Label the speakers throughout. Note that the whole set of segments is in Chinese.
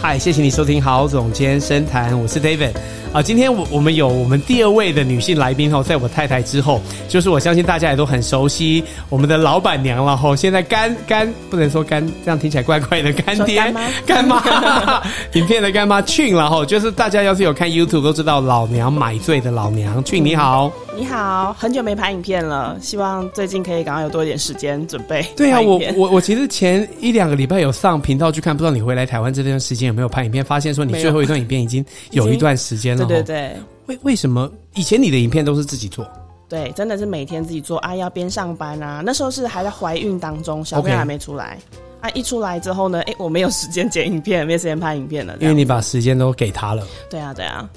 Speaker 1: 嗨，谢谢你收听郝总监深谈，我是 David。啊，今天我我们有我们第二位的女性来宾哦，在我太太之后，就是我相信大家也都很熟悉我们的老板娘了吼。现在干干不能说干，这样听起来怪 怪的，干爹
Speaker 2: 说干妈
Speaker 1: 干妈影片的干妈俊了吼，就是大家要是有看 YouTube 都知道老娘买醉的老娘
Speaker 2: 嗯
Speaker 1: 俊你好。
Speaker 2: 你好，很久没拍影片了，希望最近可以赶快有多一点时间准备。
Speaker 1: 对啊，我
Speaker 2: 我
Speaker 1: 我我其实前一两个礼拜有上频道去看，不知道你回来台湾这段时间有没有拍影片，发现说你
Speaker 2: 没有
Speaker 1: 最后一段影片已经有一段时间了
Speaker 2: 对
Speaker 1: 哦。
Speaker 2: 对对
Speaker 1: 为为什么以前你的影片都是自己做？
Speaker 2: 对，真的是每天自己做啊，要边上班啊，那时候是还在怀孕当中，小朋
Speaker 1: OK
Speaker 2: 友还没出来。啊！一出来之后呢，哎、我没有时间剪影片，没有时间拍影片了。这
Speaker 1: 因为
Speaker 2: 样
Speaker 1: 你把时间都给他了。
Speaker 2: 对啊，对啊，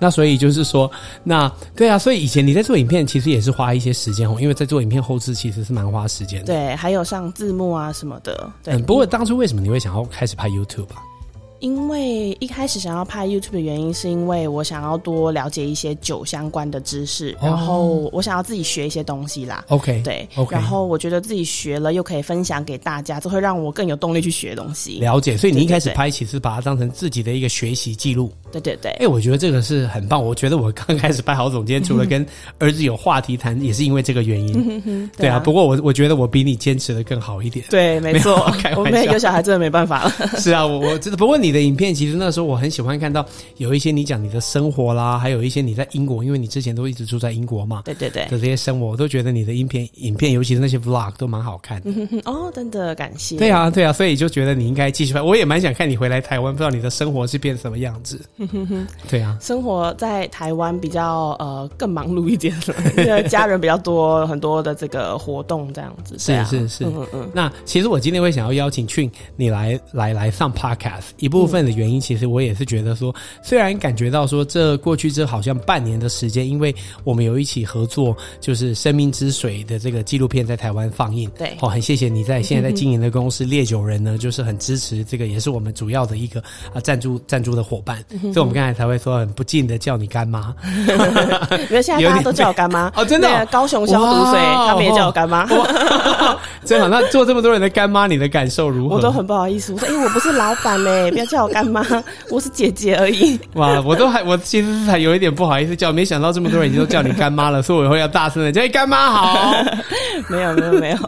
Speaker 1: 那所以就是说，那对啊，所以以前你在做影片其实也是花一些时间哦，因为在做影片后置其实是蛮花时间的。
Speaker 2: 对，还有上字幕啊什么的。对，
Speaker 1: 嗯，不过当初为什么你会想要开始拍 YouTube 啊？
Speaker 2: 因为一开始想要拍 YouTube 的原因，是因为我想要多了解一些酒相关的知识，
Speaker 1: 哦
Speaker 2: 然后我想要自己学一些东西啦。
Speaker 1: OK，
Speaker 2: 对
Speaker 1: ，OK，
Speaker 2: 然后我觉得自己学了又可以分享给大家，这会让我更有动力去学东西。
Speaker 1: 了解。所以你一开始
Speaker 2: 对对对
Speaker 1: 拍，其实把它当成自己的一个学习记录。
Speaker 2: 对对对
Speaker 1: 哎、，我觉得这个是很棒。我觉得我刚开始拍郝总监，除了跟儿子有话题谈，也是因为这个原因。对
Speaker 2: 对
Speaker 1: 啊，
Speaker 2: 啊
Speaker 1: 不过我我觉得我比你坚持的更好一点。
Speaker 2: 对，没错
Speaker 1: 没有开玩笑，
Speaker 2: 我们有小孩真的没办 法了。
Speaker 1: 是啊，我我真的。不过你的影片，其实那时候我很喜欢看到有一些你讲你的生活啦，还有一些你在英国，因为你之前都一直住在英国嘛
Speaker 2: 对对对
Speaker 1: 的，这些生活，我都觉得你的影片影片，尤其是那些 vlog 都蛮好看的。
Speaker 2: 嗯哦，真的感谢。
Speaker 1: 对啊，对啊，所以就觉得你应该继续拍。我也蛮想看你回来台湾，不知道你的生活是变什么样子。
Speaker 2: 嗯
Speaker 1: 对啊，
Speaker 2: 生活在台湾比较呃更忙碌一点了，因为家人比较多，很多的这个活动这样子。
Speaker 1: 是
Speaker 2: 对啊
Speaker 1: 是是
Speaker 2: 嗯嗯嗯，
Speaker 1: 那其实我今天会想要邀请去你来来来上 podcast，一部分的原因，其实我也是觉得说，虽然感觉到说这过去这好像半年的时间，因为我们有一起合作，就是《生命之水》的这个纪录片在台湾放映，
Speaker 2: 对
Speaker 1: 哦，很谢谢你在现在在经营的公司烈酒人呢，就是很支持这个，也是我们主要的一个啊赞助赞助的伙伴，
Speaker 2: 嗯
Speaker 1: 所以我们刚才才会说很不敬的叫你干妈，
Speaker 2: 因为现在大家都叫我干妈
Speaker 1: 有点哦真的哦
Speaker 2: 对啊高雄消毒水
Speaker 1: 哇哦
Speaker 2: 他们也叫我干妈，
Speaker 1: 真好，那做 这么多人的干妈，你的感受如何？
Speaker 2: 我都很不好意思。我说，哎、我不是老板嘞、不要叫我干妈，我是姐姐而已。
Speaker 1: 哇，我都还我其实是还有一点不好意思叫，没想到这么多人已经都叫你干妈了，所以我以后要大声的叫 哎干妈好。
Speaker 2: 没有没有没有，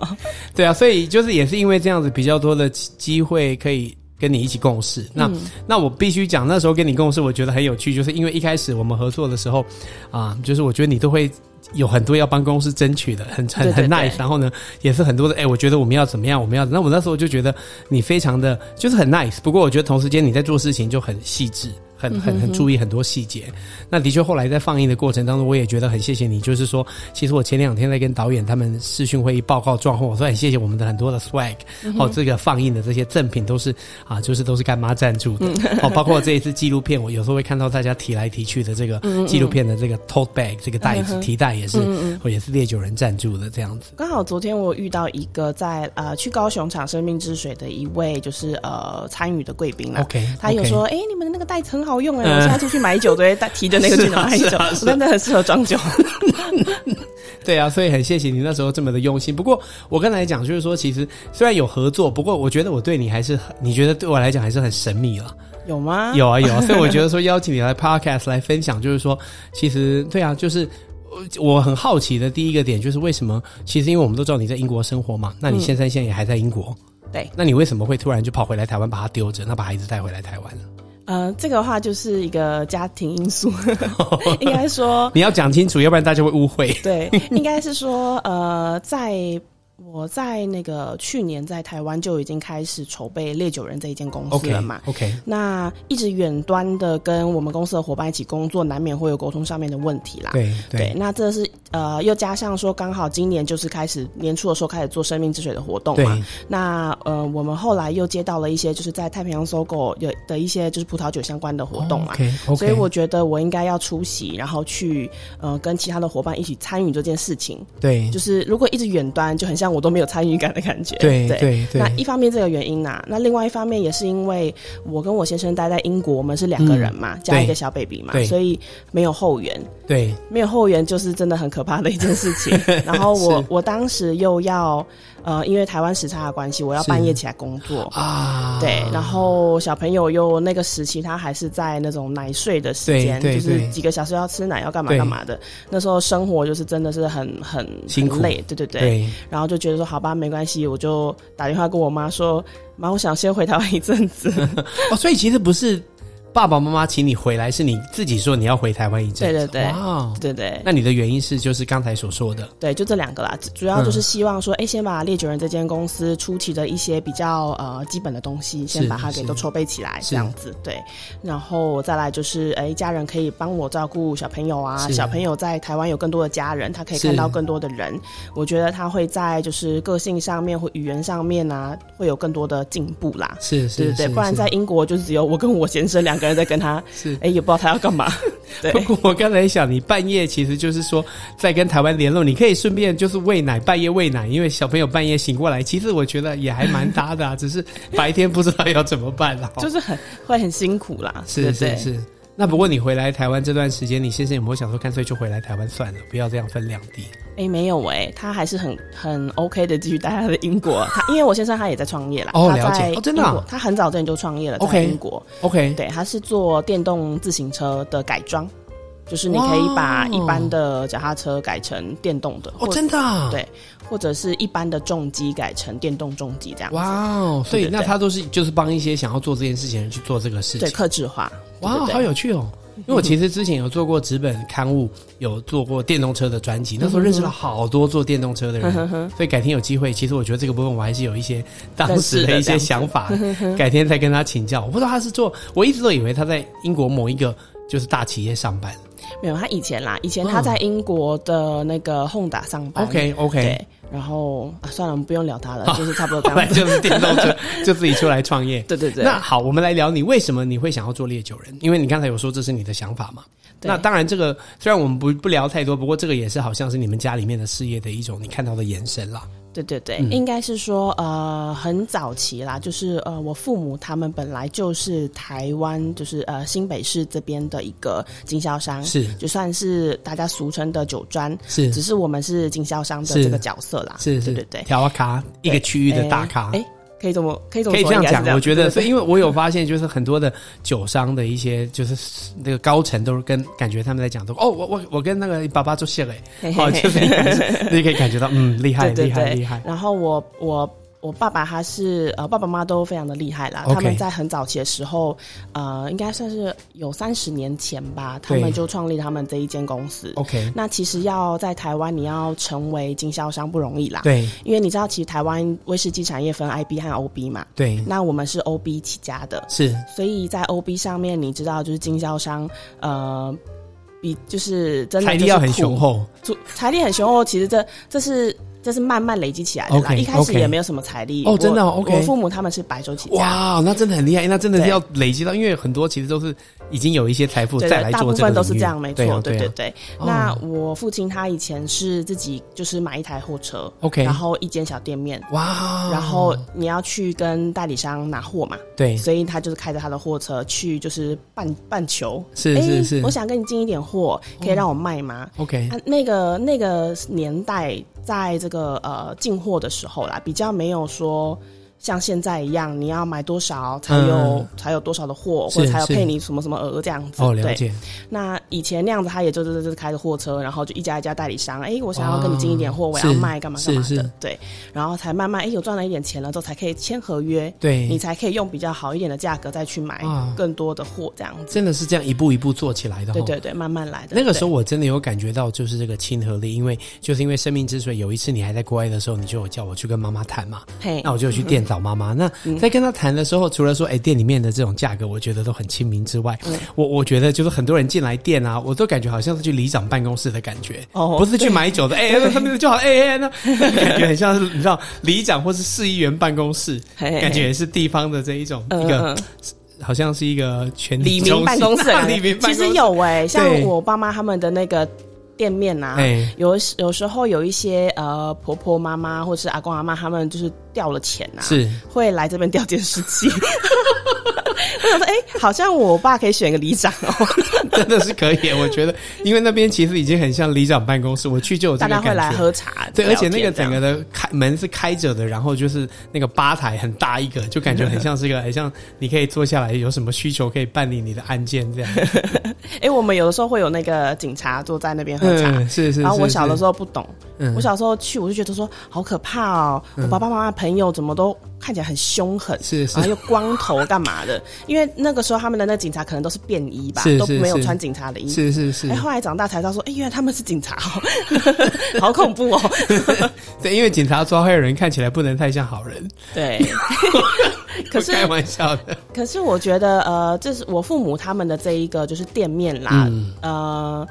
Speaker 1: 对啊，所以就是也是因为这样子比较多的机机会可以。跟你一起共事，那、
Speaker 2: 嗯
Speaker 1: 那我必须讲，那时候跟你共事，我觉得很有趣，就是因为一开始我们合作的时候，啊，就是我觉得你都会有很多要帮公司争取的，很很
Speaker 2: 对对
Speaker 1: 很
Speaker 2: 对
Speaker 1: nice，然后呢，也是很多的，哎、我觉得我们要怎么样，我们要怎么样，那我那时候就觉得你非常的就是很 nice，不过我觉得同时间你在做事情就很细致，很
Speaker 2: 嗯
Speaker 1: 很很注意很多细节，那的确，后来在放映的过程当中，我也觉得很谢谢你。就是说，其实我前两天在跟导演他们视讯会议报告状况，我说很谢谢我们的很多的 swag，哦，
Speaker 2: 嗯
Speaker 1: 这个放映的这些赠品都是啊，就是都是干妈赞助的，哦，包括这一次纪录片，我有时候会看到大家提来提去的这个
Speaker 2: 嗯
Speaker 1: 纪录片的这个 tote bag 这个袋子提袋也是，
Speaker 2: 嗯
Speaker 1: 哦，也是烈酒人赞助的这样子。
Speaker 2: 刚好昨天我遇到一个在呃去高雄场生命之水的一位就是呃参与的贵宾啦。
Speaker 1: OK，
Speaker 2: 他有
Speaker 1: OK
Speaker 2: 说：“哎、你们的那个袋子很好 用哎、
Speaker 1: 嗯
Speaker 2: 我现在出去买酒都会带提着那个去 拿
Speaker 1: 是啊是
Speaker 2: 酒，
Speaker 1: 啊是啊
Speaker 2: 真的很适合装酒。
Speaker 1: 对啊，所以很谢谢你那时候这么的用心。不过我刚才讲就是说，其实虽然有合作，不过我觉得我对你还是很，你觉得对我来讲还是很神秘了。
Speaker 2: 有吗？
Speaker 1: 有啊有啊，所以我觉得说邀请你来 podcast 来分享，就是说，其实对啊，就是我我很好奇的第一个点就是为什么？其实因为我们都知道你在英国生活嘛，那你现在现在也还在英国，
Speaker 2: 嗯对，
Speaker 1: 那你为什么会突然就跑回来台湾，把他丢着，那把孩子带回来台湾呢？
Speaker 2: 呃，这个的话就是一个家庭因素，
Speaker 1: 哦
Speaker 2: 应该说
Speaker 1: 你要讲清楚，要不然大家会误 会。
Speaker 2: 对，应该是说，呃，在我在那个去年在台湾就已经开始筹备烈酒人这一间公司
Speaker 1: OK
Speaker 2: 了嘛。
Speaker 1: OK，
Speaker 2: 那一直远端的跟我们公司的伙伴一起工作，难免会有沟通上面的问题啦。
Speaker 1: 对
Speaker 2: 对，
Speaker 1: 对
Speaker 2: 那这是呃，又加上说，刚好今年就是开始年初的时候开始做生命之水的活动
Speaker 1: 对
Speaker 2: 嘛。那啊呃，我们后来又接到了一些就是在太平洋搜狗有的一些就是葡萄酒相关的活动嘛。
Speaker 1: OK OK，
Speaker 2: 所以我觉得我应该要出席，然后去呃跟其他的伙伴一起参与这件事情。
Speaker 1: 对
Speaker 2: 就是如果一直远端，就很像我都没有参与感的感觉。
Speaker 1: 对
Speaker 2: 对。
Speaker 1: 对
Speaker 2: 那
Speaker 1: 对
Speaker 2: 一方面这个原因呐、那另外一方面也是因为我跟我先生待在英国，我们是两个人嘛，加一个小 baby 嘛
Speaker 1: 对，
Speaker 2: 所以没有后援，
Speaker 1: 对，
Speaker 2: 没有后援就是真的很可 怕的一件事 情。然后我
Speaker 1: 是
Speaker 2: 我当时又要呃，因为台湾时差的关系，我要
Speaker 1: 是
Speaker 2: 半夜起来工作。
Speaker 1: 啊，
Speaker 2: 对，然后小朋友又那个时期，他还是在那种奶睡的时间，
Speaker 1: 对对
Speaker 2: 就是
Speaker 1: 对
Speaker 2: 几个小时要吃奶，要干嘛
Speaker 1: 对
Speaker 2: 干嘛的。那时候生活就是真的是很很
Speaker 1: 辛苦
Speaker 2: 很累，对对对。
Speaker 1: 对，
Speaker 2: 然后就觉得说好吧，没关系，我就打电话跟我妈说，妈，我想先回台湾一 阵子。
Speaker 1: 哦，所以其实不是爸爸妈妈请你回来，是你自己说你要回台湾一阵子。
Speaker 2: 对对对
Speaker 1: 哇哦，
Speaker 2: 对对
Speaker 1: 那你的原因是就是刚才所说的，
Speaker 2: 对，就这两个啦，主主要
Speaker 1: 嗯
Speaker 2: 就是希望说，哎、先把猎酒人这间公司初期的一些比较呃基本的东西，先把它给
Speaker 1: 是
Speaker 2: 都筹备起来，
Speaker 1: 是
Speaker 2: 这样子对。然后再来就是，哎、家人可以帮我照顾小朋友啊，
Speaker 1: 是
Speaker 2: 小朋友在台湾有更多的家人，他可以
Speaker 1: 是
Speaker 2: 看到更多的人，我觉得他会在就是个性上面或语言上面啊，会有更多的进步啦。
Speaker 1: 是
Speaker 2: 对
Speaker 1: 是
Speaker 2: 对对，
Speaker 1: 是
Speaker 2: 不然在英国就只有我跟我先生两个人在跟他，
Speaker 1: 是。是
Speaker 2: 哎、也不知道他要干 嘛。对
Speaker 1: 不过我刚才想，你半夜其实就是说在跟台湾联络，你可以顺便就是喂奶，半夜喂奶，因为小朋友半夜醒过来，其实我觉得也还蛮搭的啊， 只是白天不知道要怎么办 啊。
Speaker 2: 就是很会很辛苦啦，
Speaker 1: 是
Speaker 2: 对不对
Speaker 1: 是是。那不过你回来台湾这段时间，你先生有没有想说，干脆就回来台湾算了，不要这样分两地？
Speaker 2: 哎，没有哎、他还是很很 OK 的，继续待他的英国。他因为我先生他也在创业啦，
Speaker 1: 哦
Speaker 2: 他
Speaker 1: 了解
Speaker 2: 在
Speaker 1: 哦真的啊
Speaker 2: 英国他很早之前就创业了，在
Speaker 1: OK
Speaker 2: 英国。
Speaker 1: OK，
Speaker 2: 对，他是做电动自行车的改装，就是你可以把
Speaker 1: 哇
Speaker 2: 一般的脚踏车改成电动的，
Speaker 1: 哦，
Speaker 2: 或
Speaker 1: 真的、啊，
Speaker 2: 对或者是一般的重机改成电动重机这样子。
Speaker 1: 哇哦，所以
Speaker 2: 对对
Speaker 1: 那他都是就是帮一些想要做这件事情的人去做这个事
Speaker 2: 对，
Speaker 1: 情，
Speaker 2: 克制化。
Speaker 1: 哇
Speaker 2: 对
Speaker 1: 哦，
Speaker 2: 对对
Speaker 1: 好有趣哦。因为我其实之前有做过纸本刊物，有做过电动车的专
Speaker 2: 嗯
Speaker 1: 辑，那时候认识了好多做电动车的人，所以改天有机会，其实我觉得这个部分我还是有一些当时的一些想法，改天再跟他请教。我不知道他是做，我一直都以为他在英国某一个就是大企业上班。
Speaker 2: 没有他以前啦，以前他
Speaker 1: 嗯
Speaker 2: 在英国的那个 Honda 上 班。
Speaker 1: OK OK，
Speaker 2: 对，然后啊，算了，我们不用 聊他了，就是差不多这
Speaker 1: 后来
Speaker 2: 样子。
Speaker 1: 就是电动 车，就自己出来创业。
Speaker 2: 对对对，
Speaker 1: 那好，我们来聊你为什么你会想要做烈酒人？因为你刚才有说这是你的想法嘛。
Speaker 2: 对
Speaker 1: 那当然，这个虽然我们不不聊太多，不过这个也是好像是你们家里面的事业的一种你看到的延伸啦。
Speaker 2: 对对对，
Speaker 1: 嗯
Speaker 2: 应该是说呃很早期啦，就是呃我父母他们本来就是台湾，就是呃新北市这边的一个经销商，
Speaker 1: 是
Speaker 2: 就算是大家俗称的酒庄，
Speaker 1: 是
Speaker 2: 嗯只是我们是经销商的
Speaker 1: 是
Speaker 2: 这个角色啦，
Speaker 1: 是是，
Speaker 2: 对对对，
Speaker 1: 调啊咖一个区域的大咖。
Speaker 2: 哎，可以这么可以这么
Speaker 1: 可以
Speaker 2: 说
Speaker 1: 这样
Speaker 2: 应该是
Speaker 1: 讲，我觉
Speaker 2: 对
Speaker 1: 得，
Speaker 2: 对
Speaker 1: 所以因为我有发现，就是很多的酒商的一些，就是那个高层都是跟感觉他们在讲说，哦，我我我跟那个爸爸做谢嘞，
Speaker 2: 嘿嘿
Speaker 1: 哦，
Speaker 2: 嘿
Speaker 1: 就是你感 觉 你可以感觉到，嗯，厉害
Speaker 2: 对对
Speaker 1: 厉害
Speaker 2: 对
Speaker 1: 厉害，
Speaker 2: 然后我我我爸爸他是呃爸爸妈妈都非常的厉害啦
Speaker 1: OK
Speaker 2: 他们在很早期的时候，呃，应该算是有三十年前吧，他
Speaker 1: 对哦
Speaker 2: 们就创立他们这一间公司。
Speaker 1: ，OK，
Speaker 2: 那其实要在台湾，你要成为经销商不容易啦。，
Speaker 1: 对
Speaker 2: 因为你知道，其实台湾威士忌产业分 IB 和 OB 嘛，
Speaker 1: 对
Speaker 2: 那我们是 OB 起家的，
Speaker 1: 是
Speaker 2: 所以在 OB 上面，你知道，就是经销商，呃，比就是真的
Speaker 1: 财
Speaker 2: 就是
Speaker 1: 力要很
Speaker 2: 苦
Speaker 1: 雄厚，
Speaker 2: 主财力很雄厚，其实这这是这是慢慢累积起来的啦。
Speaker 1: OK，
Speaker 2: 一开始
Speaker 1: OK
Speaker 2: 也没有什么财力
Speaker 1: 哦
Speaker 2: 我
Speaker 1: 真的哦，OK
Speaker 2: 我父母他们是白手起家，
Speaker 1: 哇，那真的很厉害，那真的是
Speaker 2: 对
Speaker 1: 要累积到，因为很多其实都是已经有一些财富
Speaker 2: 对
Speaker 1: 再
Speaker 2: 对，
Speaker 1: 来
Speaker 2: 大部
Speaker 1: 做这个
Speaker 2: 分都是
Speaker 1: 领域
Speaker 2: 这样，没错，
Speaker 1: 对啊
Speaker 2: 对
Speaker 1: 对
Speaker 2: 对
Speaker 1: 啊
Speaker 2: 对。
Speaker 1: 哦
Speaker 2: 那我父亲他以前是自己就是买一台货车
Speaker 1: OK 哦
Speaker 2: 然后一间小店面。
Speaker 1: 哇，
Speaker 2: 然后你要去跟代理商拿货嘛，
Speaker 1: 对
Speaker 2: 所以他就是开着他的货车去，就是半半球。
Speaker 1: 是
Speaker 2: 诶
Speaker 1: 是是
Speaker 2: 哎
Speaker 1: 哦
Speaker 2: 我想跟你进一点货，可以让我卖吗？
Speaker 1: ，OK
Speaker 2: 啊，那个那个年代，在这个呃进货的时候啦，比较没有说像现在一样，你要买多少才有、
Speaker 1: 嗯
Speaker 2: 才有多少的货，
Speaker 1: 是
Speaker 2: 或者才有
Speaker 1: 是
Speaker 2: 配你什么什么额这样子。
Speaker 1: 哦，了
Speaker 2: 对，
Speaker 1: 解，
Speaker 2: 哦那以前那样子，他也就是就是开着货车，然后就一家一家代理商，哎、我想要跟你
Speaker 1: 哇
Speaker 2: 进一点货，我
Speaker 1: 是
Speaker 2: 要卖干嘛干
Speaker 1: 是
Speaker 2: 嘛
Speaker 1: 是
Speaker 2: 的，对，然后才慢慢哎、有赚了一点钱了之后，才可以签合约。你
Speaker 1: 对，
Speaker 2: 才可以用比较好一点的价格再去买
Speaker 1: 哇
Speaker 2: 哎更多的货，哦这样子。
Speaker 1: 真的是这样一步一步做起来的，
Speaker 2: 对。对对，慢慢来的。
Speaker 1: 那个
Speaker 2: 对
Speaker 1: 时候我真的有感觉到，就是这个亲和力，因为就是因为生命之水。有一次你还在国外的时候，你就有叫我去跟妈妈谈嘛，
Speaker 2: 嘿嗯
Speaker 1: 那，我就去店找妈妈。那在跟她谈的时候，除了说，哎、店里面的这种价格，我觉得都很亲民之外，
Speaker 2: 嗯
Speaker 1: 我我觉得就是很多人进来店啊，我都感觉好像是去里长办公室的感觉，
Speaker 2: 哦
Speaker 1: 不是去买酒的，哎、那他们就好，哎、哎、那那感觉很像是你知道里长或是市议员办公室，
Speaker 2: 嘿嘿
Speaker 1: 感觉也是地方的这一种一个。
Speaker 2: 嗯
Speaker 1: 好像是一个全
Speaker 2: 李明办公室 的感觉
Speaker 1: 李明办公
Speaker 2: 其
Speaker 1: 室
Speaker 2: 实有哎、像
Speaker 1: 对
Speaker 2: 我爸妈他们的那个店面呐、
Speaker 1: 哎、
Speaker 2: 有有时候有一些呃婆婆妈妈或是阿公阿妈，他们就是掉了钱呐、啊，
Speaker 1: 是
Speaker 2: 会来这边掉监视器， 我想说，哎、好像我爸可以选个里长哦，
Speaker 1: 真的是可以，我觉得，因为那边其实已经很像里长办公室，我去就有这
Speaker 2: 大
Speaker 1: 个
Speaker 2: 家
Speaker 1: 感觉。
Speaker 2: 会来喝茶。
Speaker 1: 对，而且那个
Speaker 2: 聊天这
Speaker 1: 整
Speaker 2: 样
Speaker 1: 个的开门是开着的，然后就是那个吧台很大一个，就感觉很像 是一个，很像你可以坐下来，有什么需求可以办理你的案件这样。
Speaker 2: 哎、我们有的时候会有那个警察坐在那边喝茶。
Speaker 1: 嗯， 是是。
Speaker 2: 然后我小的时
Speaker 1: 候，
Speaker 2: 候不懂，
Speaker 1: 嗯
Speaker 2: 我小时候去我就觉得说好可怕哦，我爸爸妈妈朋友怎么都看起来很凶狠，
Speaker 1: 是是
Speaker 2: 然后又光头干嘛的？因为那个时候他们的那警察可能都是便衣吧，
Speaker 1: 是
Speaker 2: 都
Speaker 1: 是
Speaker 2: 没有
Speaker 1: 是
Speaker 2: 穿警察的衣服。
Speaker 1: 是是是
Speaker 2: 哎、，后来长大才知道说，哎、原来他们是警察哦， 好恐 怖哦。
Speaker 1: 对，因为警察抓坏人看起来不能太像好 人，
Speaker 2: 对，可是
Speaker 1: 开玩笑的，
Speaker 2: 可是我觉得，呃，这是我父母他们的这一个就是店面啦，
Speaker 1: 嗯
Speaker 2: 呃。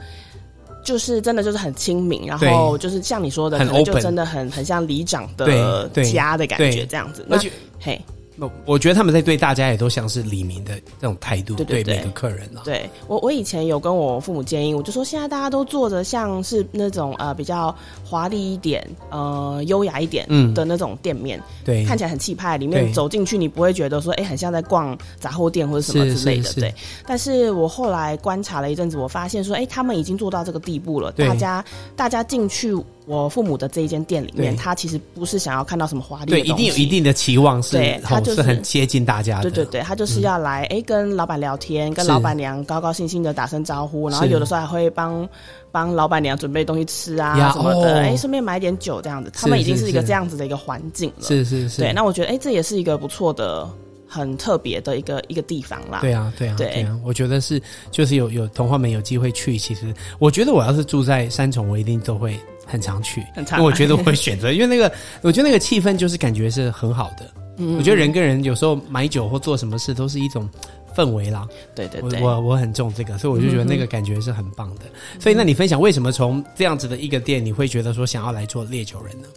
Speaker 2: 就是真的就是很亲民，然后
Speaker 1: 对
Speaker 2: 就是像你说的，可
Speaker 1: 很
Speaker 2: 能就
Speaker 1: open
Speaker 2: 真的很很像里长的
Speaker 1: 对对
Speaker 2: 家的感
Speaker 1: 对
Speaker 2: 觉这样子。那
Speaker 1: 而且。
Speaker 2: 嘿，
Speaker 1: 我我觉得他们在对大家也都像是李明的这种态度，
Speaker 2: 对对对
Speaker 1: 每个客人啊，
Speaker 2: 对我我以前有跟我父母建议，我就说现在大家都做的像是那种呃比较华丽一点、呃优雅一点
Speaker 1: 嗯
Speaker 2: 的那种店面，
Speaker 1: 对，
Speaker 2: 看起来很气派，里面
Speaker 1: 对
Speaker 2: 走进去你不会觉得说，哎、很像在逛杂货店或者什么
Speaker 1: 是
Speaker 2: 之类的，
Speaker 1: 是是
Speaker 2: 对。但是我后来观察了一阵子，我发现说，哎、他们已经做到这个地步了，
Speaker 1: 对
Speaker 2: 大家大家进去我父母的这一间店里面，
Speaker 1: 对
Speaker 2: 他其实不是想要看到什么华丽
Speaker 1: 对，
Speaker 2: 的
Speaker 1: 一
Speaker 2: 东
Speaker 1: 定
Speaker 2: 西，
Speaker 1: 有一定的期望是
Speaker 2: 对，他
Speaker 1: 哦
Speaker 2: 就是
Speaker 1: 是很接近大家的，
Speaker 2: 对对对，他就是要来哎、诶跟老板聊天，跟
Speaker 1: 啊嗯是
Speaker 2: 老板娘高高兴兴的打声招呼，然后
Speaker 1: 是
Speaker 2: 有的时候还会帮帮老板娘准备东西吃啊
Speaker 1: 呀
Speaker 2: 什么的，
Speaker 1: 哦
Speaker 2: 哎、顺便买点酒这样子。他们已经是一个这样子的一个环境了。
Speaker 1: 是是是，
Speaker 2: 对，那我觉得哎、诶这也是一个不错的、很特别的一个一个地方啦。
Speaker 1: 对啊，对啊，
Speaker 2: 对
Speaker 1: 对啊，我觉得是，就是有有同学们有机会去，其实我觉得我要是住在三重，我一定都会很常去，
Speaker 2: 很常
Speaker 1: 因为我觉得我会 选择，因为那个我觉得那个气氛就是感觉是很好的，嗯，我觉得人跟人有时候买酒或做什么事都是一种氛围啦，
Speaker 2: 对对
Speaker 1: 我
Speaker 2: 对，嗯
Speaker 1: 我我很重这个，所以我就觉得那个感觉是很棒的，所以那你分享为什么从这样子的一个店，你会觉得说想要来做烈酒人呢？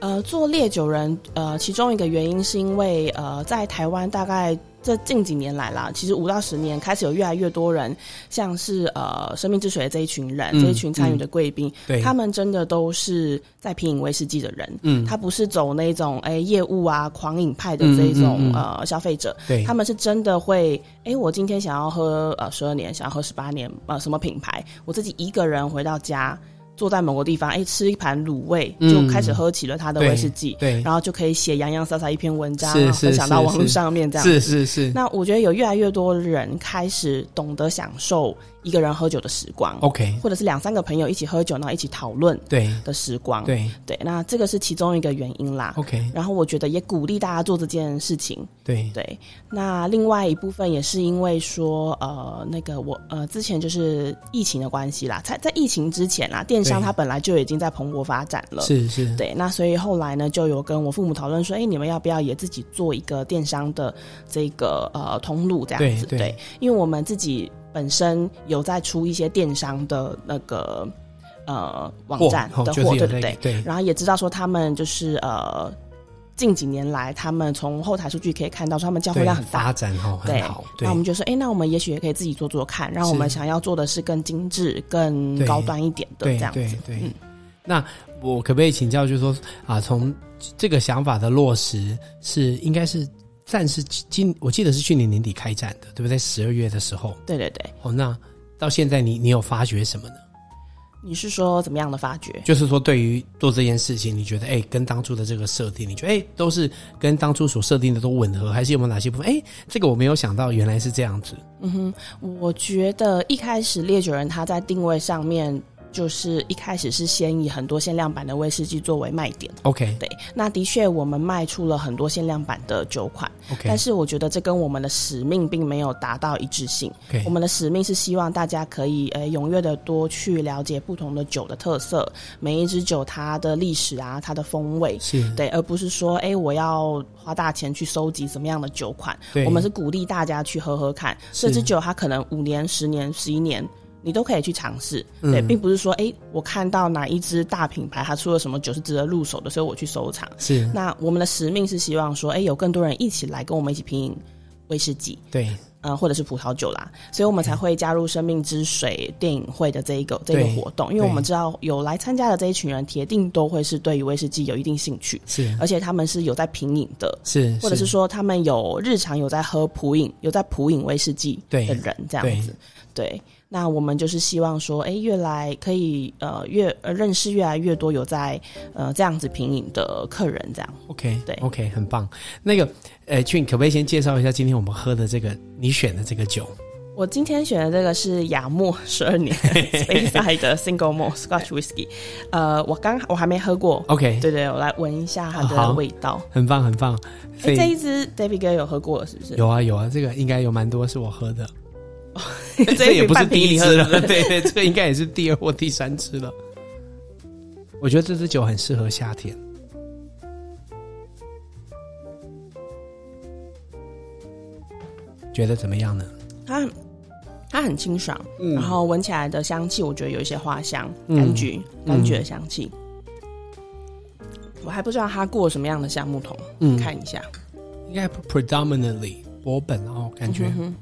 Speaker 2: 呃，做烈酒人，呃，其中一个原因是因为呃，在台湾大概这近几年来啦，其实五到十年开始有越来越多人，像是呃生命之水的这一群人，
Speaker 1: 嗯
Speaker 2: 这一群参与的贵宾，
Speaker 1: 对，
Speaker 2: 他们真的都是在品饮威士忌的人，
Speaker 1: 嗯，
Speaker 2: 他不是走那种哎、业务啊狂饮派的这一种、
Speaker 1: 嗯嗯嗯嗯
Speaker 2: 呃消费者，
Speaker 1: 对
Speaker 2: 他们是真的会哎、我今天想要喝呃十二年，想要喝十八年，呃什么品牌，我自己一个人回到家，坐在某个地方，哎、吃一盘卤味，就
Speaker 1: 嗯
Speaker 2: 开始喝起了他的
Speaker 1: 对
Speaker 2: 威士忌，
Speaker 1: 对
Speaker 2: 然后就可以写洋洋洒洒一篇文章，
Speaker 1: 是
Speaker 2: 然后
Speaker 1: 是
Speaker 2: 分享到
Speaker 1: 是
Speaker 2: 网络
Speaker 1: 是
Speaker 2: 上面这样
Speaker 1: 是是是
Speaker 2: 那我觉得有越来越多人开始懂得享受一个人喝酒的时光，
Speaker 1: ，OK，
Speaker 2: 或者是两三个朋友一起喝酒，然后一起讨论
Speaker 1: 对
Speaker 2: 的时光。
Speaker 1: 对
Speaker 2: 对，那这个是其中一个原因啦。
Speaker 1: ，OK，
Speaker 2: 然后我觉得也鼓励大家做这件事情。
Speaker 1: 对
Speaker 2: 对，那另外一部分也是因为说，呃，那个我呃之前就是疫情的关系啦，在在疫情之前啦，电商
Speaker 1: 对
Speaker 2: 它本来就已经在蓬勃发展了。
Speaker 1: 是是，
Speaker 2: 对，那所以后来呢，就有跟我父母讨论说，哎、你们要不要也自己做一个电商的这个呃通路这样子？
Speaker 1: 对对
Speaker 2: 因为我们自己本身有在出一些电商的那个呃网
Speaker 1: 货
Speaker 2: 站
Speaker 1: 哦
Speaker 2: 的
Speaker 1: 就是
Speaker 2: 货，
Speaker 1: 有
Speaker 2: 对对
Speaker 1: 那个
Speaker 2: 对，
Speaker 1: 对
Speaker 2: 然后也知道说他们就是呃近几年来，他们从后台数据可以看到，说他们交货
Speaker 1: 对
Speaker 2: 量很
Speaker 1: 发
Speaker 2: 大。
Speaker 1: 展哈、
Speaker 2: 对
Speaker 1: 很好，，对
Speaker 2: 那我们就说，哎、那我们也许也可以自己做做看，然后我
Speaker 1: 是
Speaker 2: 们想要做的是更精致、更
Speaker 1: 对
Speaker 2: 高端一点的
Speaker 1: 对
Speaker 2: 这样子嗯
Speaker 1: 对。对。那我可不可以请教，就是说啊，从这个想法的落实是应该是暂时今我记得是去年年底开展的，对不对？十二月的时候，
Speaker 2: 对对对，
Speaker 1: 哦，那到现在你你有发觉什么呢？
Speaker 2: 你是说怎么样的发掘？
Speaker 1: 就是说，对于做这件事情，你觉得哎、跟当初的这个设定，你觉得哎、都是跟当初所设定的都吻合，还是有没有哪些部分？哎、这个我没有想到，原来是这样子。
Speaker 2: 嗯我觉得一开始烈酒人他在定位上面，就是一开始是先以很多限量版的威士忌作为卖点。
Speaker 1: OK
Speaker 2: 对，那的确我们卖出了很多限量版的酒款，但
Speaker 1: OK
Speaker 2: 是我觉得这跟我们的使命并没有达到一致性。
Speaker 1: OK，
Speaker 2: 我们的使命是希望大家可以呃踊跃的多去了解不同的酒的特色，每一支酒它的历史啊，它的风味。
Speaker 1: 是
Speaker 2: 对，而不是说，哎、我要花大钱去收集什么样的酒款，
Speaker 1: 对
Speaker 2: 我们是鼓励大家去喝喝看，
Speaker 1: 是
Speaker 2: 这支酒它可能五年、十年、十一年。你都可以去尝试，
Speaker 1: 嗯
Speaker 2: 对，并不是说，哎、我看到哪一支大品牌它出了什么酒是值得入手的，所以我去收藏。
Speaker 1: 是，
Speaker 2: 那我们的使命是希望说，哎、有更多人一起来跟我们一起品饮威士忌。
Speaker 1: 对
Speaker 2: 呃，或者是葡萄酒啦，所以我们才会加入生命之水电影会的这一个这个
Speaker 1: 对
Speaker 2: 活动，因为我们
Speaker 1: 对
Speaker 2: 知道有来参加的这一群人，铁定都会是对于威士忌有一定兴趣，
Speaker 1: 是
Speaker 2: 而且他们是有在品饮的，
Speaker 1: 是，
Speaker 2: 或者是说他们有日常有在喝普饮，有在普饮威士忌的
Speaker 1: 对
Speaker 2: 人这样子。对，那我们就是希望说，哎，越来可以呃越呃认识越来越多有在呃这样子品饮的客人，这样。
Speaker 1: OK，
Speaker 2: 对
Speaker 1: ，OK，很棒。那个，呃，俊，可不可以先介绍一下今天我们喝的这个你选的这个酒？
Speaker 2: 我今天选的这个是雅默十 二年 Speyside 的 Single Malt Scotch Whisky，呃，我刚我还没喝过，
Speaker 1: OK，
Speaker 2: 对对，我来闻一下它
Speaker 1: 哦哎好
Speaker 2: 的味道。
Speaker 1: 很棒，很棒。所
Speaker 2: 哎，这
Speaker 1: 以
Speaker 2: 一支 David 哥有喝过了是不是？
Speaker 1: 有啊有啊，这个应该有蛮多是我喝的，
Speaker 2: 这一瓶
Speaker 1: 也不是第一支
Speaker 2: 半瓶你喝
Speaker 1: 了，
Speaker 2: 的
Speaker 1: 对对，这应该也是第二或第三支了。我觉得这支酒很适合夏天。觉得怎么样呢？
Speaker 2: 它很它很清爽，然后闻起来的香气，我觉得有一些花香、
Speaker 1: 嗯
Speaker 2: 柑橘、柑橘的香气。我还不知道它过什么样的橡木桶，
Speaker 1: 嗯
Speaker 2: 看一下。
Speaker 1: 应该 predominantly 波本哦，感觉。
Speaker 2: 嗯哼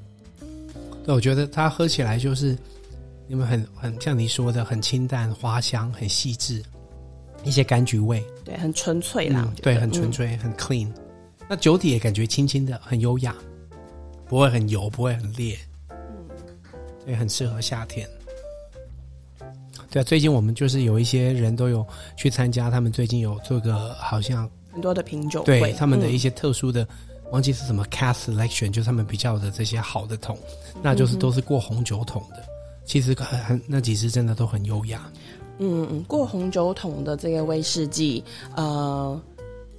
Speaker 1: 对，我觉得它喝起来就是你们很很像你说的，很清淡、花香、很细致，一些柑橘味，
Speaker 2: 对，很纯粹啦，我觉
Speaker 1: 嗯
Speaker 2: 得
Speaker 1: 对，
Speaker 2: 嗯
Speaker 1: 很纯。粹、很 clean。那酒体也感觉轻轻的，很优雅，不会很油，不会很烈，所以很适合夏天。对啊，最近我们就是有一些人都有去参加，他们最近有做个好像
Speaker 2: 嗯很多的品酒
Speaker 1: 对
Speaker 2: 会，
Speaker 1: 他们的
Speaker 2: 嗯
Speaker 1: 一些特殊的，忘记是什么 cast selection，就是他们比较的这些好的桶，那
Speaker 2: 嗯
Speaker 1: 就是都是过红酒桶的。其实很很那几支真的都很优雅，
Speaker 2: 嗯，嗯，过红酒桶的这个威士忌，呃，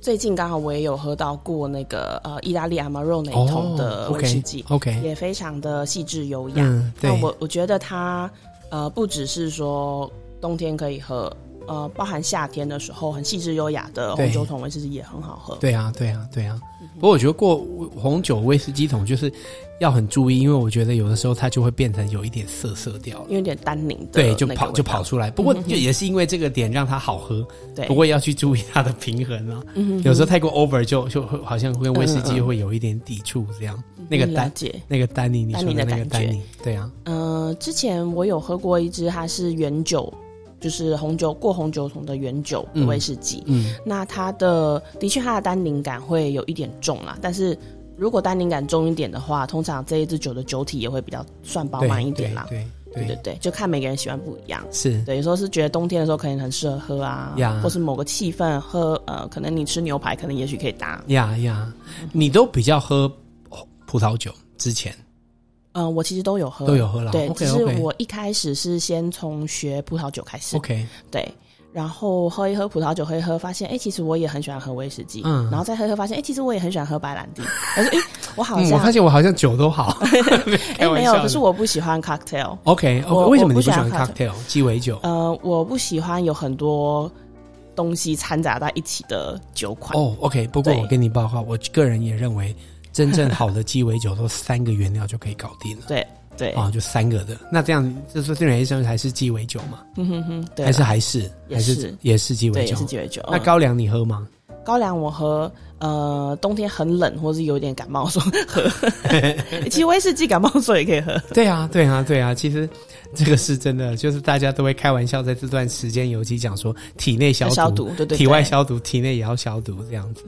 Speaker 2: 最近刚好我也有喝到过那个呃意大利 Amaro 那一桶的威士忌，
Speaker 1: 哦 OK，,
Speaker 2: 也非常的细致优雅。
Speaker 1: 嗯，对
Speaker 2: 那，我我觉得它呃不只是说冬天可以喝，呃，包含夏天的时候很细致优雅的
Speaker 1: 对
Speaker 2: 红酒桶威士忌也很好喝。
Speaker 1: 对啊，对啊，对啊。
Speaker 2: 嗯
Speaker 1: 不过我觉得过红酒威士忌桶就是要很注意，因为我觉得有的时候它就会变成有一点涩涩掉了。
Speaker 2: 因为有点单宁的
Speaker 1: 对，就
Speaker 2: 那个
Speaker 1: 跑
Speaker 2: 味
Speaker 1: 就
Speaker 2: 道嗯
Speaker 1: 跑出来。不过就也是因为这个点让它好喝，
Speaker 2: 对嗯
Speaker 1: 不过要去注意它的平衡啊。有时候太过 over 就就会好像跟威士忌
Speaker 2: 嗯嗯
Speaker 1: 会有一点抵触，这样那个
Speaker 2: 嗯了
Speaker 1: 单
Speaker 2: 解。
Speaker 1: 那个丹宁，你说的那个
Speaker 2: 丹
Speaker 1: 丹
Speaker 2: 宁的感
Speaker 1: 宁，对啊，
Speaker 2: 呃，之前我有喝过一支，它是原酒，就是红酒过红酒桶的原酒的
Speaker 1: 嗯
Speaker 2: 威士忌。
Speaker 1: 嗯，
Speaker 2: 那它的的确它的单宁感会有一点重啦，但是如果单宁感重一点的话，通常这一支酒的酒体也会比较算饱
Speaker 1: 对
Speaker 2: 满一点啦。
Speaker 1: 对
Speaker 2: 对
Speaker 1: 对
Speaker 2: 对
Speaker 1: 对，
Speaker 2: 对，就看每个人喜欢不一样。
Speaker 1: 是，
Speaker 2: 对，有时候是觉得冬天的时候可能很适合喝啊
Speaker 1: 呀
Speaker 2: 或是某个气氛喝，呃，可能你吃牛排，可能也许可以搭。
Speaker 1: 呀呀，
Speaker 2: 嗯
Speaker 1: 你都比较喝葡萄酒之前
Speaker 2: 嗯、我其实都有喝，
Speaker 1: 都有喝啦
Speaker 2: 对
Speaker 1: OK，
Speaker 2: 只是
Speaker 1: OK
Speaker 2: 我一开始是先从学葡萄酒开始
Speaker 1: ，OK，
Speaker 2: 对，然后喝一喝葡萄酒，喝一喝，发现哎、诶其实我也很喜欢喝威士忌，
Speaker 1: 嗯
Speaker 2: 然后再喝一喝，发现哎、诶其实我也很喜欢喝白兰 地，我说哎、诶我好
Speaker 1: 嗯，我
Speaker 2: 像
Speaker 1: 发现我好像酒都 好，
Speaker 2: 哎、
Speaker 1: 开玩
Speaker 2: 没有，
Speaker 1: 笑
Speaker 2: 可
Speaker 1: 的
Speaker 2: 是我不喜欢 cocktail，
Speaker 1: OK，
Speaker 2: 我
Speaker 1: OK，为什么你
Speaker 2: 我不
Speaker 1: 不喜
Speaker 2: 喜欢
Speaker 1: 欢
Speaker 2: cocktail
Speaker 1: cocktail 鸡尾酒？
Speaker 2: 呃，我不喜欢有很多东西掺杂在一起的酒款，
Speaker 1: 哦，OK，不过
Speaker 2: 对
Speaker 1: 我跟你报告，我个人也认为，真正好的鸡尾酒都三个原料就可以搞定了
Speaker 2: 对对，
Speaker 1: 啊，就三个的。那这样，这说这原生还是鸡尾酒嘛？
Speaker 2: 嗯哼哼，对
Speaker 1: 还是
Speaker 2: 啦
Speaker 1: 还是
Speaker 2: 也
Speaker 1: 还
Speaker 2: 是
Speaker 1: 也是鸡
Speaker 2: 对
Speaker 1: 尾
Speaker 2: 也
Speaker 1: 酒
Speaker 2: 是？鸡尾酒，
Speaker 1: 那
Speaker 2: 嗯
Speaker 1: 高粱你喝吗？
Speaker 2: 高粱我喝，呃，冬天很冷或是有点感冒的时候 喝，其实威士忌感冒的时候也可以喝，
Speaker 1: 对啊，对啊，对啊，其实这个是真的，就是大家都会开玩笑，在这段时间尤其讲说体内消毒，
Speaker 2: 消毒，对对对，
Speaker 1: 体外消毒，体内也要消毒这样子。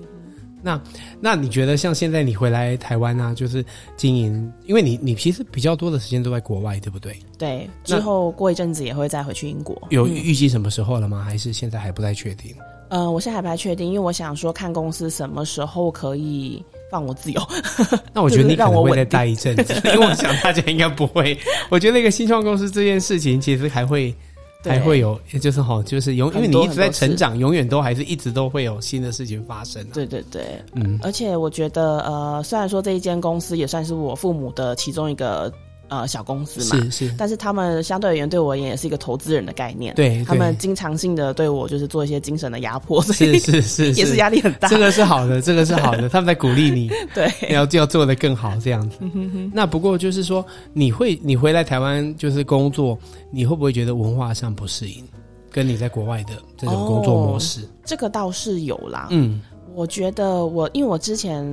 Speaker 1: 那那你觉得像现在你回来台湾啊，就是经营，因为你你其实比较多的时间都在国外，对不对？
Speaker 2: 对，
Speaker 1: 那
Speaker 2: 之后过一阵子也会再回去英国。
Speaker 1: 有预计什么时候了吗？还是现在还不太确定？
Speaker 2: 呃，我现在还不太确定，因为我想说看公司什么时候可以放我自由。
Speaker 1: 那我觉得你
Speaker 2: 就是让
Speaker 1: 可能
Speaker 2: 我
Speaker 1: 会再
Speaker 2: 稳定
Speaker 1: 待一阵 子，因为我想大家应该不会。我觉得那个新创公司这件事情，其实还会
Speaker 2: 对
Speaker 1: 还会有，就是哈，就是永因为
Speaker 2: 很
Speaker 1: 你
Speaker 2: 多
Speaker 1: 一直在
Speaker 2: 很多事
Speaker 1: 成长，永远都还是一直都会有新的事情发生、啊。
Speaker 2: 对对对，
Speaker 1: 嗯，
Speaker 2: 而且我觉得呃，虽然说这一间公司也算是我父母的其中一个呃小公司嘛，
Speaker 1: 是是，
Speaker 2: 但是他们相对而言对我而言也是一个投资人的概念。，
Speaker 1: 对，
Speaker 2: 他们
Speaker 1: 对
Speaker 2: 经常性的对我就是做一些精神的压迫，所以
Speaker 1: 是是是
Speaker 2: 也是压力很大。
Speaker 1: 这个是好的，这个是好的，他们在鼓励你。
Speaker 2: 对，
Speaker 1: 要要做的更好这样子。
Speaker 2: 嗯
Speaker 1: 那不过就是说，你会你回来台湾就是工作，你会不会觉得文化上不适应，跟你在国外的这种
Speaker 2: 哦
Speaker 1: 工作模式？
Speaker 2: 啊这个倒是有啦。
Speaker 1: 嗯，
Speaker 2: 我觉得我因为我之前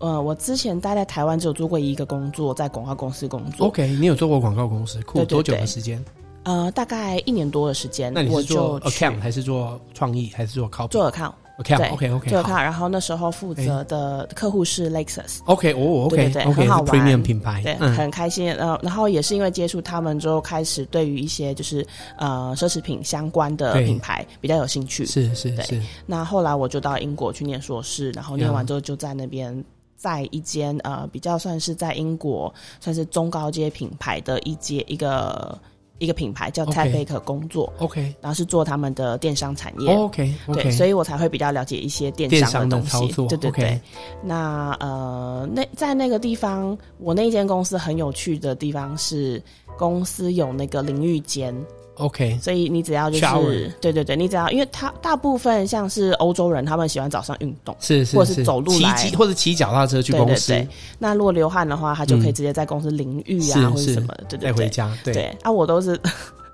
Speaker 2: 呃，我之前待在台湾只有做过一个工作，在广告公司工作，
Speaker 1: OK，你有做过广告公司，酷
Speaker 2: 对对
Speaker 1: 多久
Speaker 2: 对
Speaker 1: 的时间？
Speaker 2: 呃，大概一年多的时间
Speaker 1: 那，你
Speaker 2: 我
Speaker 1: 是
Speaker 2: 就
Speaker 1: 做
Speaker 2: 去
Speaker 1: account 还是做创意还是做 copy？
Speaker 2: 做 account，对
Speaker 1: account，OK OK 哎
Speaker 2: 做 account，然后那时候负责的客户是 Lexus。
Speaker 1: OK 哦
Speaker 2: 对
Speaker 1: OK
Speaker 2: 对对
Speaker 1: OK
Speaker 2: 很
Speaker 1: 是
Speaker 2: 好玩
Speaker 1: premium 品牌
Speaker 2: 对，，
Speaker 1: 嗯
Speaker 2: 很开心。呃，然后也是因为接触他们之后，开始对于一些就是呃奢侈品相关的
Speaker 1: 对
Speaker 2: 品牌比较有兴趣。
Speaker 1: 是是
Speaker 2: 对
Speaker 1: 是
Speaker 2: 那后来我就到英国去念硕士，然后念完之后就在那边，在一间呃比较算是在英国算是中高阶品牌的一阶一个一个品牌叫 t a
Speaker 1: OK
Speaker 2: b a k e 工作，
Speaker 1: OK
Speaker 2: 然后是做他们的电商产业。
Speaker 1: OK
Speaker 2: 对，所
Speaker 1: 哦 OK
Speaker 2: 以我才会比较了解一些电
Speaker 1: 电
Speaker 2: 商
Speaker 1: 商的
Speaker 2: 东
Speaker 1: 操
Speaker 2: 西。
Speaker 1: 作
Speaker 2: 对对对。
Speaker 1: OK
Speaker 2: 那呃，那在那个地方，我那一间公司很有趣的地方是，公司有那个淋浴间，
Speaker 1: OK
Speaker 2: 所以你只要就是
Speaker 1: Shower
Speaker 2: 对对对，你只要因为他大部分像是欧洲人，他们喜欢早上运动。
Speaker 1: 是是
Speaker 2: 或者是走路
Speaker 1: 骑
Speaker 2: 来
Speaker 1: 骑或者骑脚踏车去
Speaker 2: 对
Speaker 1: 公
Speaker 2: 对
Speaker 1: 司
Speaker 2: 对，那如果流汗的话，他就可以
Speaker 1: 嗯
Speaker 2: 直接在公司淋浴啊，
Speaker 1: 是
Speaker 2: 或者
Speaker 1: 是
Speaker 2: 什么的，对对
Speaker 1: 带回
Speaker 2: 对。
Speaker 1: 家，对，嗯
Speaker 2: 对啊，我都是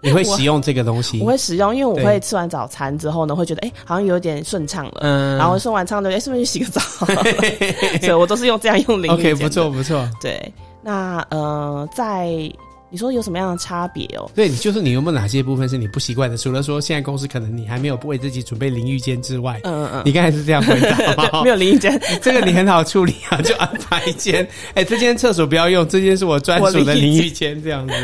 Speaker 1: 你会
Speaker 2: 我
Speaker 1: 使用这个东西
Speaker 2: 我，会使用，因为我
Speaker 1: 对
Speaker 2: 会吃完早餐之后呢，会觉得哎、好像有点顺畅了，
Speaker 1: 嗯
Speaker 2: 然后送完唱的，哎、是不是去洗个澡？ 所以我都是用这样用淋浴
Speaker 1: OK
Speaker 2: 间的
Speaker 1: 不错。不错，
Speaker 2: 对，那呃，在你说有什么样的差别哦？
Speaker 1: 对，你就是你有没有哪些部分是你不习惯的？除了说现在公司可能你还没有为自己准备淋浴间之外，
Speaker 2: 嗯嗯
Speaker 1: 你刚才是这样回答吗？
Speaker 2: 嗯， 没有淋浴间，
Speaker 1: 这个你很好处理啊，就安排一间。哎、这间厕所不要用，这间是我专属的淋浴间，这样子。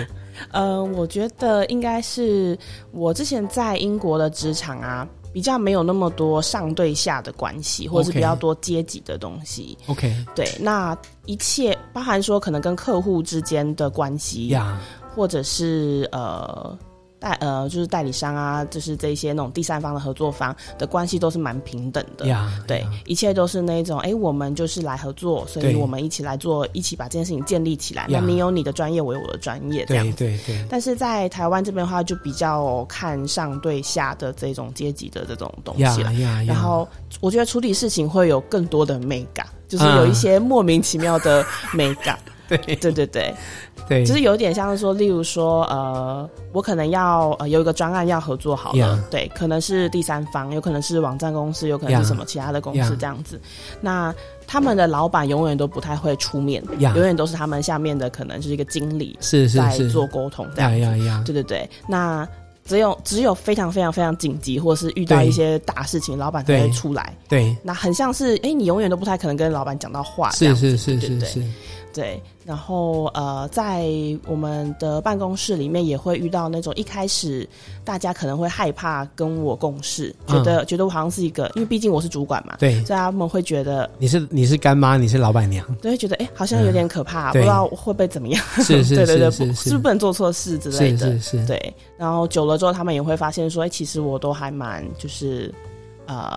Speaker 2: 呃，我觉得应该是我之前在英国的职场啊，比较没有那么多上对下的关系，或者是
Speaker 1: OK
Speaker 2: 比较多阶级的东西。
Speaker 1: OK
Speaker 2: 对，那一切包含说可能跟客户之间的关系，
Speaker 1: 呀、
Speaker 2: 或者是呃。代呃就是代理商啊，就是这些那种第三方的合作方的关系都是蛮平等的。
Speaker 1: 呀，
Speaker 2: 对，一切都是那种，哎、我们就是来合作，所以
Speaker 1: 对
Speaker 2: 我们一起来做，一起把这件事情建立起来。那
Speaker 1: 呀
Speaker 2: 你有你的专业，我有我的专业，这样
Speaker 1: 对。对对，
Speaker 2: 但是在台湾这边的话，就比较看上对下的这种阶级的这种东
Speaker 1: 呀
Speaker 2: 西了。
Speaker 1: 呀呀，
Speaker 2: 然后我觉得处理事情会有更多的美感，就是
Speaker 1: 嗯
Speaker 2: 有一些莫名其妙的美感。
Speaker 1: 对
Speaker 2: 对对对，
Speaker 1: 对，
Speaker 2: 就是有点像是说，例如说，呃，我可能要呃有一个专案要合作好了
Speaker 1: Yeah.
Speaker 2: 对，可能是第三方，有可能是网站公司，有可能
Speaker 1: Yeah.
Speaker 2: 是什么其他的公司
Speaker 1: Yeah.
Speaker 2: 这样子。那他们的老板永远都不太会出面
Speaker 1: Yeah.
Speaker 2: 永远都是他们下面的可能就是一个经理
Speaker 1: 是是
Speaker 2: 在
Speaker 1: 是，
Speaker 2: 做沟通这样
Speaker 1: 呀
Speaker 2: 子。
Speaker 1: 呀呀，
Speaker 2: 对对对，那只有只有非常非常非常紧急，或是遇到
Speaker 1: 对
Speaker 2: 一些大事情，老板才会
Speaker 1: 对
Speaker 2: 出来。
Speaker 1: 对，
Speaker 2: 那很像是，哎、你永远都不太可能跟老板讲到话这
Speaker 1: 是
Speaker 2: 样
Speaker 1: 是是
Speaker 2: 对对
Speaker 1: 是
Speaker 2: 对
Speaker 1: 是，
Speaker 2: 对，然后呃，在我们的办公室里面也会遇到那种一开始大家可能会害怕跟我共事，
Speaker 1: 嗯
Speaker 2: 觉得觉得我好像是一个，因为毕竟我是主管嘛，
Speaker 1: 对，
Speaker 2: 所以他们会觉得
Speaker 1: 你是你是干妈，你是老板 娘，
Speaker 2: 都会觉得哎、好像有点可
Speaker 1: 嗯
Speaker 2: 怕，不
Speaker 1: 对
Speaker 2: 知道会不会怎么样，
Speaker 1: 是是
Speaker 2: 对对对，
Speaker 1: 是
Speaker 2: 不
Speaker 1: 是
Speaker 2: 是不是不能做错事之类
Speaker 1: 是
Speaker 2: 的，
Speaker 1: 是是，
Speaker 2: 对。然后久了之后，他们也会发现说，哎、其实我都还蛮就是呃，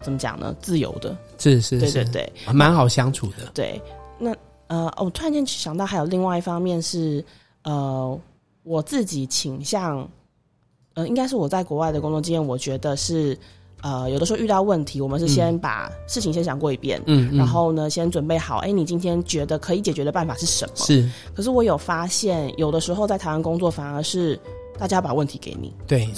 Speaker 2: 怎么讲呢，自由的，
Speaker 1: 是是
Speaker 2: 对
Speaker 1: 是，
Speaker 2: 对对。
Speaker 1: 蛮好相处的。
Speaker 2: 对，那呃，我突然间想到还有另外一方面是，呃，我自己倾向，呃，应该是我在国外的工作经验，我觉得是，呃，有的时候遇到问题，我们是先把事情先想过一遍。
Speaker 1: 嗯，嗯
Speaker 2: 然后呢，先准备好，哎，你今天觉得可以解决的办法是什么？
Speaker 1: 是
Speaker 2: 可是我有发现，有的时候在台湾工作反而是大家把问题给你，
Speaker 1: 对，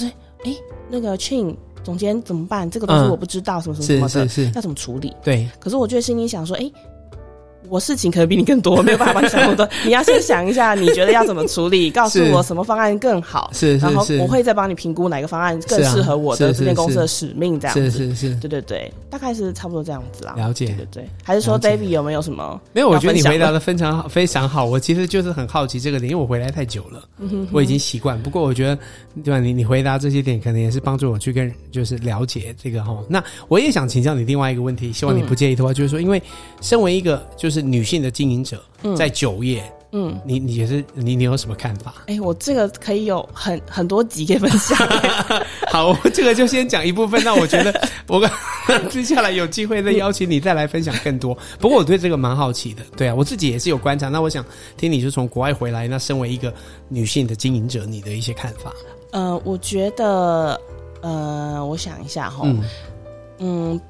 Speaker 2: 那个 Chin 总监怎么办？这个东西
Speaker 1: 嗯
Speaker 2: 我不知道，什么什么什
Speaker 1: 是
Speaker 2: 么
Speaker 1: 是
Speaker 2: 的，
Speaker 1: 是，
Speaker 2: 要怎么处理？
Speaker 1: 对，
Speaker 2: 可是我就心里想说，哎、我事情可能比你更多，没有办法帮你想那 么多。你要先想一下，你觉得要怎么处理，告诉我什么方案更好，
Speaker 1: 是
Speaker 2: 然
Speaker 1: 是
Speaker 2: 后
Speaker 1: 是，
Speaker 2: 我会再帮你评估哪个方案更
Speaker 1: 是啊
Speaker 2: 适合我的
Speaker 1: 是是
Speaker 2: 这间公司的
Speaker 1: 是
Speaker 2: 使命，这样
Speaker 1: 是
Speaker 2: 子。
Speaker 1: 是是
Speaker 2: 对对对，大概是差不多这样子啦。
Speaker 1: 了解
Speaker 2: 对。对对，还是说
Speaker 1: 了解
Speaker 2: David 有没有什么？
Speaker 1: 没有，我觉得你
Speaker 2: 要分享
Speaker 1: 回答的非常好，非常好。我其实就是很好奇这个点，因为我回来太久了，
Speaker 2: 嗯
Speaker 1: 我已经习惯。不过我觉得，对吧？你你回答这些点，可能也是帮助我去跟就是了解这个哈。那我也想请教你另外一个问题，希望你不介意的话，就是说，因为身为一个就是女性的经营者，在酒业，
Speaker 2: 嗯，
Speaker 1: 你你也是你你有什么看法？
Speaker 2: 哎、我这个可以有很很多集可以分享。
Speaker 1: 好，我这个就先讲一部分。那我觉 得我跟接下来有机会再邀请你再来分享更多。不过我对这个蛮好奇的，对啊，我自己也是有观察。那我想听你就从国外回来，那身为一个女性的经营者，你的一些看法。
Speaker 2: 呃，我觉得，呃，我想一下哈，
Speaker 1: 嗯
Speaker 2: 嗯，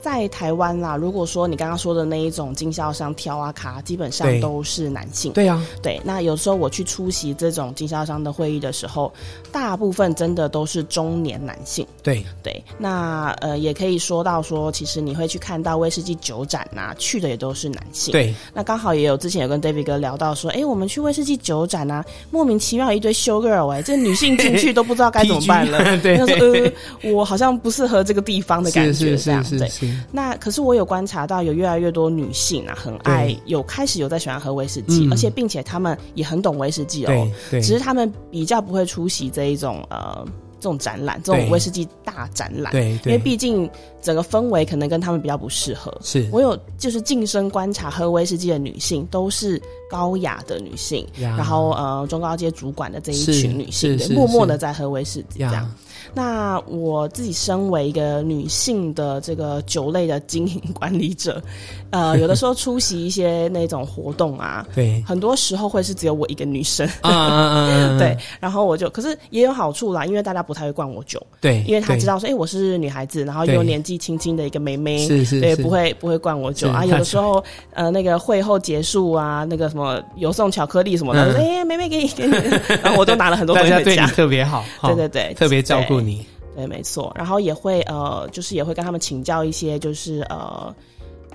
Speaker 2: 在台湾啦，如果说你刚刚说的那一种经销商挑啊卡，基本上
Speaker 1: 对
Speaker 2: 都是男性。
Speaker 1: 对啊，
Speaker 2: 对，那有时候我去出席这种经销商的会议的时候，大部分真的都是中年男性。
Speaker 1: 对
Speaker 2: 对，那呃，也可以说到说，其实你会去看到威士忌酒展呐、去的也都是男性。，
Speaker 1: 对
Speaker 2: 那刚好也有之前有跟 David 哥聊到说，哎，我们去威士忌酒展呐、莫名其妙一堆 show girl 哎、这女性进去都不知道该怎么办了。
Speaker 1: PG
Speaker 2: 那说呃
Speaker 1: 对，，
Speaker 2: 我好像不适合这个地方的感
Speaker 1: 是
Speaker 2: 觉，
Speaker 1: 是
Speaker 2: 这样
Speaker 1: 是是
Speaker 2: 对。
Speaker 1: 是，
Speaker 2: 那可是我有观察到，有越来越多女性啊，很爱
Speaker 1: 对
Speaker 2: 有开始有在喜欢喝威士忌，
Speaker 1: 嗯
Speaker 2: 而且并且她们也很懂威士忌哦
Speaker 1: 对，对，
Speaker 2: 只是她们比较不会出席这一种呃这种展览，这种
Speaker 1: 对
Speaker 2: 威士忌大展览，
Speaker 1: 对
Speaker 2: 因
Speaker 1: 对，
Speaker 2: 为毕竟整个氛围可能跟她们比较不适合。
Speaker 1: 是
Speaker 2: 我有就是近身观察喝威士忌的女性，都是高雅的女性，
Speaker 1: 呀
Speaker 2: 然后呃中高阶主管的这一
Speaker 1: 是
Speaker 2: 群女性，
Speaker 1: 是
Speaker 2: 对
Speaker 1: 是
Speaker 2: 默默的
Speaker 1: 是
Speaker 2: 在喝威士忌这样
Speaker 1: 呀。，
Speaker 2: 那我自己身为一个女性的这个酒类的经营管理者， 呃，有的时候出席一些那种活 动啊，
Speaker 1: 对
Speaker 2: 很多时候会是只有我一个女生，
Speaker 1: 啊啊啊啊，啊
Speaker 2: 对，然后我就，可是也有好处啦，因为大家不太会灌我酒，
Speaker 1: 对，
Speaker 2: 因为他
Speaker 1: 对
Speaker 2: 知道说，哎、我是女孩子，然后
Speaker 1: 对
Speaker 2: 又年纪轻轻的一个妹妹，
Speaker 1: 是是
Speaker 2: 对，
Speaker 1: 是
Speaker 2: 不会不会灌我酒
Speaker 1: 是
Speaker 2: 啊。
Speaker 1: 他
Speaker 2: 有的时候，呃，那个会后结束啊，那个什么有送巧克力什么
Speaker 1: 嗯
Speaker 2: 的，说哎、妹妹给你给你， 然后我都拿了很多
Speaker 1: 大
Speaker 2: 东西
Speaker 1: 家
Speaker 2: 回
Speaker 1: 对你
Speaker 2: 家。
Speaker 1: 特别好，哈
Speaker 2: 对对对，
Speaker 1: 特别照顾你，
Speaker 2: 对，没错。然后也会呃，就是也会跟他们请教一些，就是呃，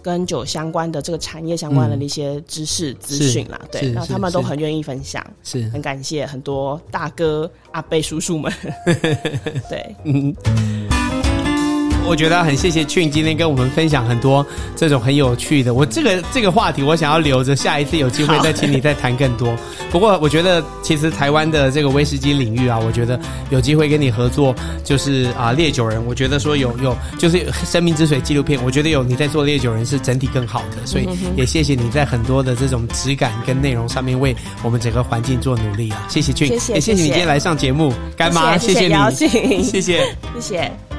Speaker 2: 跟酒相关的这个产业相关的
Speaker 1: 嗯
Speaker 2: 一些知识、资讯啦。对，
Speaker 1: 是
Speaker 2: 然后
Speaker 1: 是
Speaker 2: 他们都
Speaker 1: 是
Speaker 2: 很愿意分享，
Speaker 1: 是
Speaker 2: 很感谢很多大哥、阿贝、叔叔 们。对，
Speaker 1: 嗯，我觉得很谢谢 Chun 今天跟我们分享很多这种很有趣的。我这个这个话题，我想要留着下一次有机会
Speaker 2: 好
Speaker 1: 再请你再谈更多。不过我觉得其实台湾的这个威士忌领域啊，我觉得有机会跟你合作，就是啊烈酒人，我觉得说有有就是《生命之水》纪录片，我觉得有你在做烈酒人是整体更好的，所以
Speaker 2: 嗯
Speaker 1: 也谢谢你在很多的这种质感跟内容上面为我们整个环境做努力啊，谢谢 Chun，
Speaker 2: 谢谢
Speaker 1: 也谢谢
Speaker 2: 谢
Speaker 1: 你今
Speaker 2: 谢
Speaker 1: 天来上节目，干妈，
Speaker 2: 谢谢
Speaker 1: 谢
Speaker 2: 邀
Speaker 1: 你，
Speaker 2: 请，
Speaker 1: 谢谢。
Speaker 2: 谢谢。